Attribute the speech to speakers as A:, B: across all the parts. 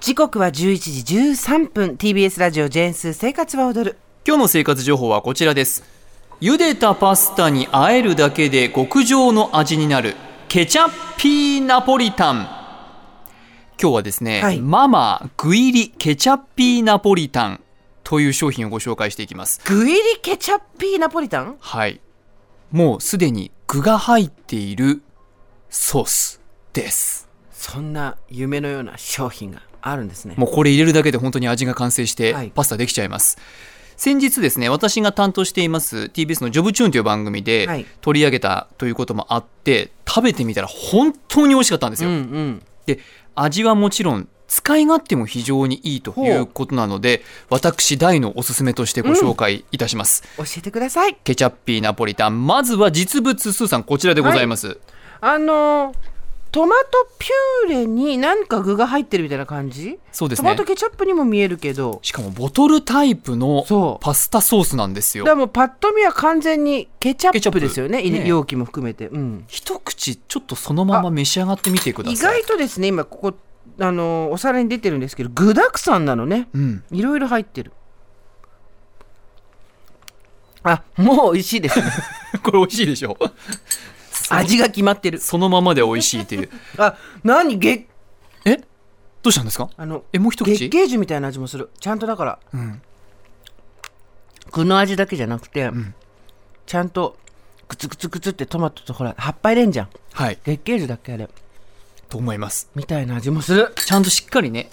A: 時刻は11時13分 TBS ラジオジェーンスー生活は踊る
B: 今日の生活情報はこちらです茹でたパスタに和えるだけで極上の味になるケチャッピーナポリタン今日はですね、
A: はい
B: ママ具入りケチャッピーナポリタンという商品をご紹介していきます
A: 具入りケチャッピーナポリタン
B: はいもうすでに具が入っているソースです
A: そんな夢のような商品があるんですね
B: もうこれ入れるだけで本当に味が完成し
A: はい
B: てパスタできちゃいます、先日ですね私が担当しています TBS の「ジョブチューン」という番組
A: は
B: で
A: い
B: 取り上げたということもあって食べてみたら本当に美味しかったんです
A: う
B: よ、
A: んうん
B: で味はもちろん使い勝手も非常にいいということなので私大のおすすめとしてご紹介いたします、
A: 教えてください
B: ケチャッピーナポリタンまずは実物スーさんこちらでございます、
A: あのートマトピューレに何か具が入ってるみたいな感じ
B: そうです
A: トマ
B: ね
A: トケチャップにも見えるけど
B: しかもボトルタイプの
A: そう
B: パスタソースなんです
A: だから
B: よ
A: もうパッと見は完全にケチャ
B: ケチ
A: ッ
B: ャッ
A: プ
B: プ
A: ですよね入れ
B: ね
A: 容器も含めて、うん、
B: 一口ちょっとそのまま召し上がってみてくだ
A: 意
B: さい
A: 外とですね今ここあのーお皿に出てるんですけど具だくさんなのね
B: うん、
A: いろいろ入ってるあもう美味しい ですね
B: これ美味しいでしょ
A: 味が決まってる
B: そのままで美味しいっていう
A: あ何月
B: えどうしたんですか
A: あの
B: えもう一
A: 月
B: 口
A: 桂樹みたいな味もするちゃんとだから
B: うん
A: 具の味だけじゃなくて、
B: ん
A: ちゃんとグツグツグツってトマトとほら葉っぱ入れんじゃん
B: はい
A: 月桂樹だっけあれ
B: と思います
A: みたいな味もする
B: ちゃんとしっかりね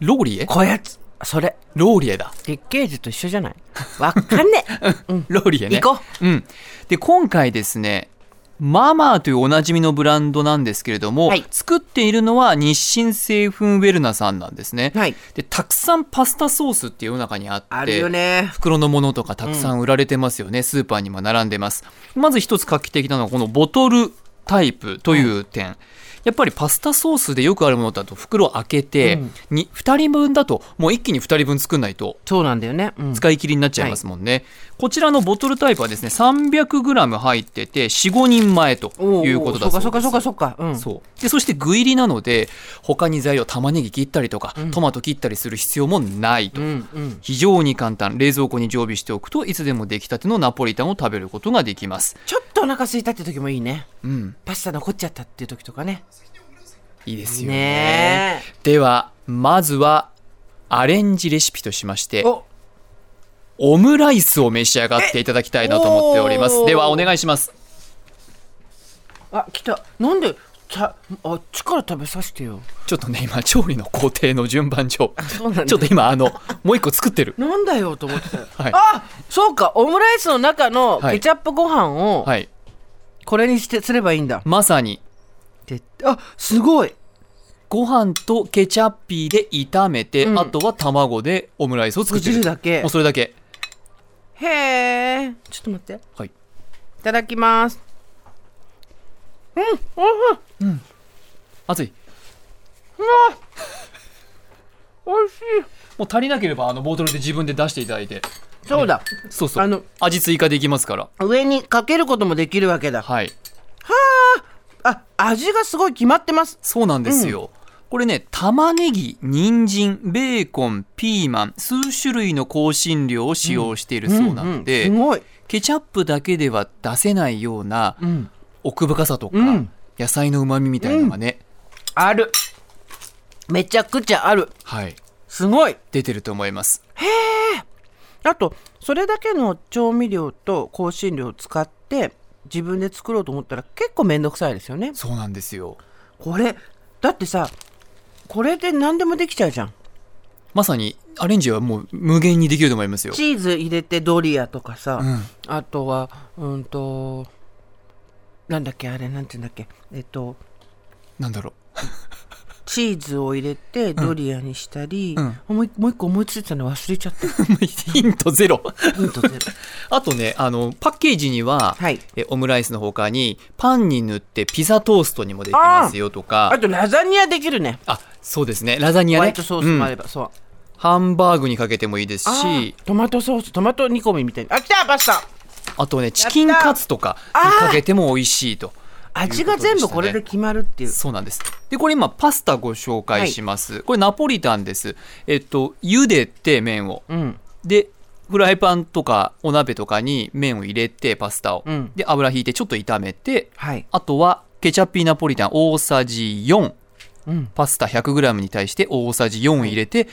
B: ローリエ
A: こやつそれ
B: ローリエだ
A: 月桂樹と一緒じゃないわっかんねえ
B: ローリ エね
A: 行こ
B: う、ん、で今回ですねママというおなじみのブランドなんですけれども、
A: はい
B: 作っているのは日清製粉ウェルナさんなんですね、
A: はい
B: でたくさんパスタソースって世の中にあって
A: あるよね
B: 袋のものとかたくさん売られてますよね、スーパーにも並んでますまず一つ画期的なのはこのボトルタイプという点、やっぱりパスタソースでよくあるものだと袋を開けて、
A: うん
B: に2人分だともう一気に2人分作んないと
A: そうなんだよね、うん、
B: 使い切りになっちゃいますもんね、こちらのボトルタイプはですね 300g 入ってて45人前と
A: おうおう
B: いうことだそうです
A: そうかそうかそうかそうかうん
B: そうでそして具入りなので他に材料玉ねぎ切ったりとか、トマト切ったりする必要もないと、
A: うんうん
B: 非常に簡単冷蔵庫に常備しておくといつでも出来たてのナポリタンを食べることができます
A: ちょっとお腹空いたって時もいいね
B: うん
A: パスタ残っちゃったっていう時とかね
B: いいですよ
A: ね
B: ねではまずはアレンジレシピとしまして
A: えお
B: オムライスを召し上がっていただきたいなと思っておりま
A: えお
B: す
A: ー
B: ではお願いします
A: あ来たなんでさあっちから食べさせてよ
B: ちょっとね今調理の工程の順番 上
A: そうなんだ
B: ちょっと今あのもう一個作ってる
A: なんだよと思ってた、
B: はい
A: あそうかオムライスの中の
B: はい
A: ケチャップご飯を
B: はい
A: これにしてすればいいんだ、
B: まさに
A: であすごい
B: ご飯とケチャッピーで炒めて、
A: うん
B: あとは卵でオムライスを作ってる
A: 汁だけ
B: もうそれだけ
A: へえちょっと待って
B: はい
A: いただきます
B: 熱い
A: おいしい
B: もう足りなければあのボトルで自分で出していただいて
A: そうだ
B: そうそう
A: あの
B: 味追加できますから
A: 上にかけることもできるわけだ
B: はい
A: あ味がすごい決まってます
B: そうなんですよ、これね玉ねぎ人参ベーコンピーマン数種類の香辛料を使用しているそうなので、
A: うんうんすごい、
B: ケチャップだけでは出せないような
A: うん、
B: 奥深さとか、
A: うん
B: 野菜のうまみみたいなのがね、
A: あるめちゃくちゃある
B: はい
A: すごい
B: 出てると思います
A: あとそれだけの調味料と香辛料を使って自分で作ろうと思ったら結構めんどくさいですよね
B: そうなんですよ
A: これだってさこれで何でもできちゃうじゃん
B: まさにアレンジはもう無限にできると思いますよ
A: チーズ入れてドリアとかさ、
B: うん
A: あとはうんとなんだっけあれなんて言うんだっけえっと
B: なんだろ
A: チーズを入れてドリアにしたり、
B: うん
A: もう一もう一個思いついてたの忘れちゃった
B: うヒントゼロ
A: ヒントゼロ
B: あとね、あの、パッケージには、
A: はい
B: えオムライスの他に、パンに塗ってピザトーストにもできますよと
A: あ
B: か、
A: とラザニアできるね
B: あそうですね、ラザニ
A: ホ
B: ア
A: ワ
B: ね
A: イ。トソースもあ
B: う
A: れ
B: ん
A: ば、そう
B: ハンバーグにかけてもいいです
A: あー
B: し、
A: トマトソーストマト煮込みみたいなあ来たパスタ
B: あとね、チキンカツとかにかけても美味しいと。
A: 味が全部これ
B: とい
A: で
B: う
A: 決まるっていう
B: とでしたねそうなんですでこれ今パスタご紹介します、これナポリタンですえっと茹でて麺を
A: うん
B: でフライパンとかお鍋とかに麺を入れてパスタを、
A: うん
B: で油引いてちょっと炒めて
A: はい
B: あとはケチャッピーナポリタン大さじ4
A: うん
B: パスタ 100g に対して大さじ4入れて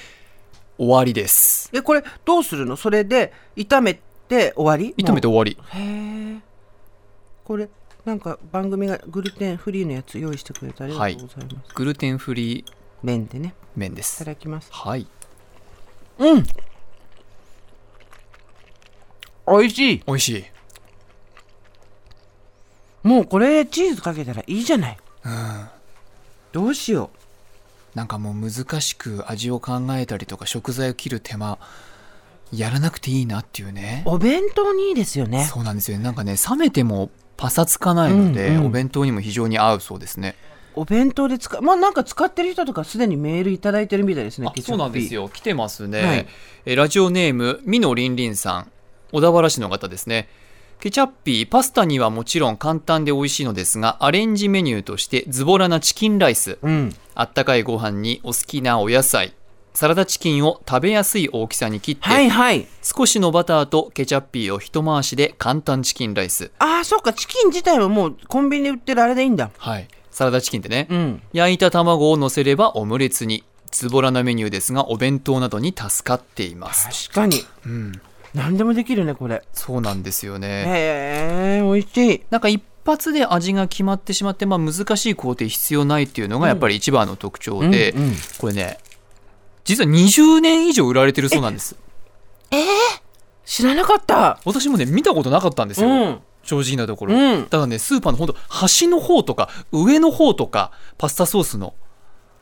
B: 終わりです
A: えこれどうするのそれで炒めて終わり
B: 炒めて
A: も
B: 終わり
A: うへえこれなんか番組がグルテンフリーのやつ用意してくれてありがとうございます、
B: グルテンフリー
A: 麺でね
B: 麺で
A: い
B: す
A: ただきます
B: はい
A: うん美味しい
B: 美味しい
A: もうこれチーズかけたらいいじゃないどうしよ
B: なんかもう難しく味を考えたりとか食材を切る手間やらなくていいなっていうね
A: うお弁当にいいですよね
B: そうなんですよねなんかね冷めてもパサつかないので、
A: うんうん
B: お弁当にも非常に合うそうですね
A: お弁当で使うまあなんか使ってる人とかすでにメールいただいてるみたいですね
B: あそうなんです
A: よ
B: よ来てますね、
A: はい
B: えーラジオネームみのりんりんさん小田原市の方ですねケチャッピーパスタにはもちろん簡単で美味しいのですがアレンジメニューとしてズボラなチキンライス
A: うん
B: あったかいご飯にお好きなお野菜サラダチキンを食べやすい大きさに切って、
A: はいはい
B: 少しのバターとケチャッピーを一回しで簡単チキンライス
A: ああそっかチキン自体はもうコンビニで売ってるあれでいいんだ
B: はいサラダチキンってね、
A: うん
B: 焼いた卵を乗せればオムレツにズボラなメニューですがお弁当などに助かっています
A: 確かに
B: うん
A: 何でもできるねこれ
B: そうなんですよね。
A: へえ美味しい
B: なんか一発で味が決まってしまって、まあ、難しい工程必要ないっていうのがやっぱり一番の特徴で、
A: うんうん
B: これね実は20年以上売られてるそうなんです
A: 知らなかった
B: 私もね見たことなかったんです
A: う
B: よ、
A: ん
B: 正直なところ、
A: うん
B: ただねスーパーのほんと端の方とか上の方とかパスタソースの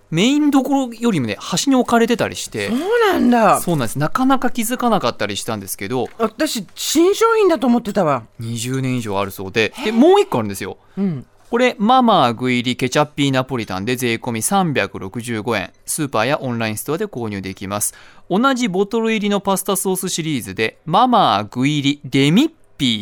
B: メインどころよりもね端に置かれてたりして
A: そうなんだ
B: そうなんですなかなか気づかなかったりしたんですけど
A: 私新商品だと思ってたわ
B: 20年以上あるそうででもう一個あるんですよ
A: うん
B: これママ具入りケチャッピーナポリタンで税込み365円スーパーやオンラインストアで購入できます同じボトル入りのパスタソースシリーズでママ具入りデミッピ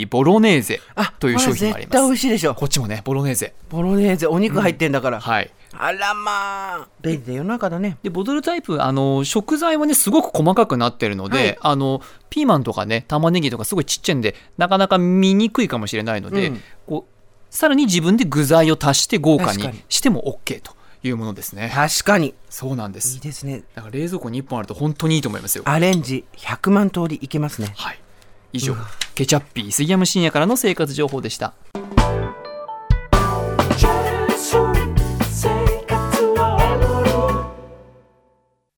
B: ーボロネーゼ
A: あ
B: という商品もあり
A: これ絶対美
B: ます
A: 味しいでしょ
B: こっちもねボロネーゼ
A: ボロネーゼお肉入ってんだから、
B: はい
A: あらまあ便利で世の中だね
B: でボトルタイプあの食材はねすごく細かくなってるので、
A: はい
B: あのピーマンとかね玉ねぎとかすごいちっちゃいんでなかなか見にくいかもしれないので、
A: うん
B: こうさらに自分で具材を足して豪華
A: 確か
B: に
A: に
B: しても OK というものですね
A: 確かに
B: そうなん
A: い
B: で
A: い
B: す
A: ですね
B: だから冷蔵庫に1本あると本当にいいと思いますよ
A: アレンジ100万通りいけますね
B: はい以上ケチャッピー杉山深也からの生活情報でした